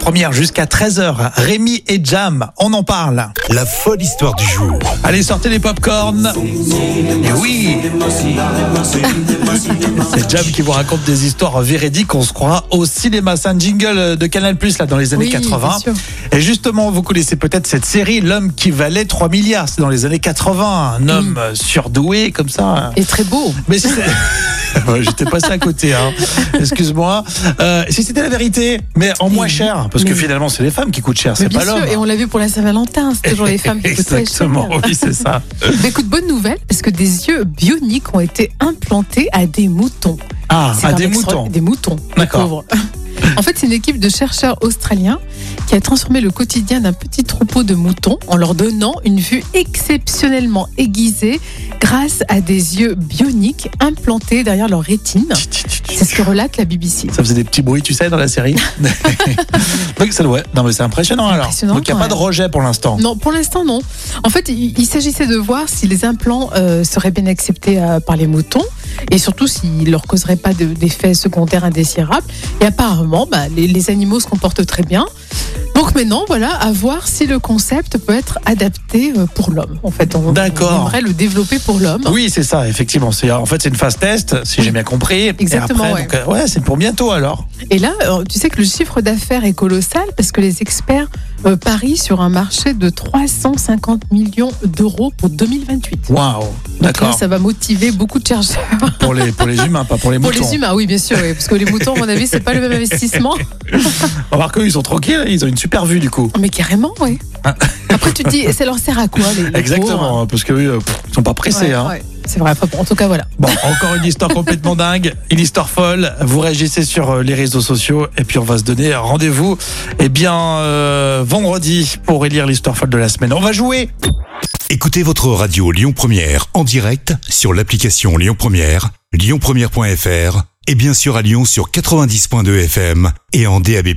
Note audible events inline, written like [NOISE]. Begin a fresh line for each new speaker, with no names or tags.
Première jusqu'à 13h. Rémi et Jam, on en parle.
La folle histoire du jour.
Allez, sortez les popcorns. Et oui. C'est Jam qui vous raconte des histoires véridiques. On se croit au cinéma. C'est un jingle de Canal Plus là dans les années
Oui,
80.
bien sûr.
Et justement, vous connaissez peut-être cette série, L'homme qui valait 3 milliards. C'est dans les années 80. Un homme euh, surdoué comme ça.
Et très beau.
Mais si c'est- [LAUGHS] Ouais, J'étais passé à côté, hein. excuse-moi. Euh, si c'était la vérité, mais en moins cher, parce que
Mais-
finalement c'est les femmes qui coûtent cher,
Mais
c'est
bien
pas
sûr,
l'homme.
et on l'a vu pour la Saint-Valentin, c'est toujours les femmes qui coûtent très cher.
Exactement, oui,
[LAUGHS]
c'est ça.
Mais Bah, écoute, bonne nouvelle, parce que des yeux bioniques ont été implantés à des moutons.
Ah,
C'est
à
un
des
extra-
moutons.
Des moutons, les
D'accord.
pauvres. En fait, c'est une équipe de chercheurs australiens qui a transformé le quotidien d'un petit troupeau de moutons en leur donnant une vue exceptionnellement aiguisée grâce à des yeux bioniques implantés derrière leur rétine. C'est ce que relate la BBC.
[LAUGHS] Ça faisait des petits bruits, tu sais, dans
[LAUGHS]
la série. Donc ça doit. Non, mais c'est impressionnant alors.
Impressionnant,
Donc il n'y a
quand
pas de
même.
rejet pour l'instant.
Non, pour l'instant, non. En fait, il, il s'agissait de voir si les implants euh, seraient bien acceptés euh, par les moutons et surtout s'ils ne leur causeraient pas de- d'effets secondaires indésirables. Et apparemment, bah, les, les animaux se comportent très bien. Donc maintenant, voilà, à voir si le concept peut être adapté euh, pour l'homme. En fait, on, on
D'accord.
aimerait le développer pour l'homme.
Oui, c'est ça, effectivement. C'est- En fait, c'est une phase test, si j'ai bien compris. Et
Exactement,
après,
ouais.
donc, euh, ouais, c'est pour bientôt alors.
Et là, euh, tu sais que le chiffre d'affaires est colossal parce que les experts euh, parient sur un marché de 350 millions d'euros pour 2028.
Waouh.
Donc là,
D'accord.
ça va motiver beaucoup de chercheurs.
Pour les, pour les humains, pas pour
[LAUGHS]
les
Pour
moutons.
les humains, oui, bien sûr, oui, parce que les moutons, à mon avis, c'est pas le même
[LAUGHS]
investissement.
On va voir Ah, qu'eux, ils sont tranquilles, ils ont une super vue du coup.
Mais carrément, oui. Après, tu te dis, ça leur sert à quoi les, les pauvres
Ah. Exactement, parce que oui, euh, pff, ils sont pas pressés.
Ouais,
hein.
ouais, C'est vrai. Enfin, bon, en tout cas, voilà.
Bon, encore une histoire
[LAUGHS]
complètement dingue, une histoire folle. Vous réagissez sur euh, les réseaux sociaux et puis on va se donner rendez-vous. Eh bien, euh, vendredi pour élire l'histoire folle de la semaine. On va jouer.
Écoutez votre radio Lyon Première en direct sur l'application Lyon Première, lyonpremière.fr et bien sûr à Lyon sur 90.2 FM et en DAB+.